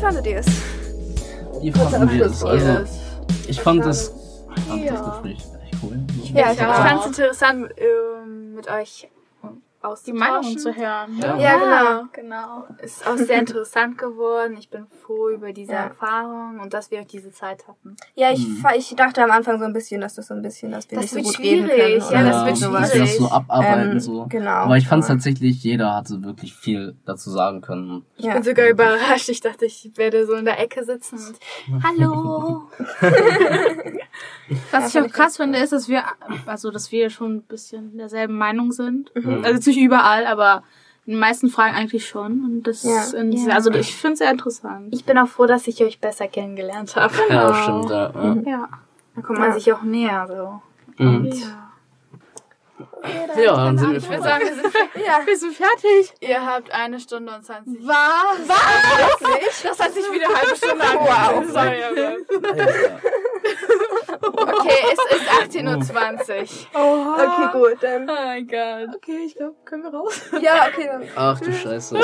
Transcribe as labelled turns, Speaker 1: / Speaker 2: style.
Speaker 1: fandet ihr es?
Speaker 2: Wie fanden wir es?
Speaker 3: Abriss
Speaker 2: Also,
Speaker 3: hier.
Speaker 2: ich fand
Speaker 3: Schade.
Speaker 2: das, ich fand das
Speaker 3: Ja.
Speaker 2: Gespräch echt cool.
Speaker 1: Ja, ich
Speaker 3: Ja.
Speaker 1: fand es interessant, ähm, mit euch
Speaker 3: Die
Speaker 1: auszutauschen.
Speaker 3: Meinung zu hören.
Speaker 2: Ja.
Speaker 1: Ja,
Speaker 3: Ja.
Speaker 1: genau, genau. Ist auch sehr interessant geworden. Ich bin froh über diese
Speaker 4: Ja.
Speaker 1: Erfahrung und dass wir euch diese Zeit hatten.
Speaker 4: Ja, ich,
Speaker 2: Mhm.
Speaker 4: fa- ich dachte am Anfang so ein bisschen, dass das so ein bisschen, dass wir
Speaker 1: Das
Speaker 4: nicht so
Speaker 1: wird
Speaker 4: gut reden können.
Speaker 1: schwierig, ja, das wird
Speaker 2: wir müssen
Speaker 1: schwierig.
Speaker 2: das so abarbeiten.
Speaker 4: Ähm,
Speaker 2: so.
Speaker 4: Genau.
Speaker 2: Aber ich halt fand es tatsächlich, jeder hatte wirklich viel dazu sagen können.
Speaker 1: Ich bin sogar überrascht. Ich dachte, ich werde so in der Ecke sitzen und Hallo!
Speaker 3: Was
Speaker 4: Ja,
Speaker 3: ich auch krass finde, ist, dass wir, also, dass wir schon ein bisschen derselben Meinung sind.
Speaker 2: Mhm.
Speaker 3: Also, jetzt nicht überall, aber in den meisten Fragen eigentlich schon. Und das,
Speaker 4: Ja.
Speaker 3: in diese,
Speaker 1: Ja.
Speaker 3: also, ich finde es sehr interessant.
Speaker 1: Ich bin auch froh, dass ich euch besser kennengelernt habe.
Speaker 2: Ja, stimmt. Ja, ja.
Speaker 3: ja.
Speaker 1: Da kommt man
Speaker 4: Ja.
Speaker 1: sich auch näher. So.
Speaker 2: Mhm.
Speaker 3: Ja.
Speaker 2: ja, dann sind wir fertig.
Speaker 1: sagen, wir sind,
Speaker 4: Ja,
Speaker 3: Wir sind fertig.
Speaker 1: ihr habt eine Stunde und 20.
Speaker 3: Was? Was?
Speaker 1: Das hat sich wieder eine halbe Stunde angehört. Sorry, aber- Okay, es ist 18.20 Uhr.
Speaker 4: okay, gut, dann.
Speaker 3: Oh mein Gott. Okay, ich glaube, können wir raus?
Speaker 4: Ja, okay, dann.
Speaker 2: Ach du Scheiße.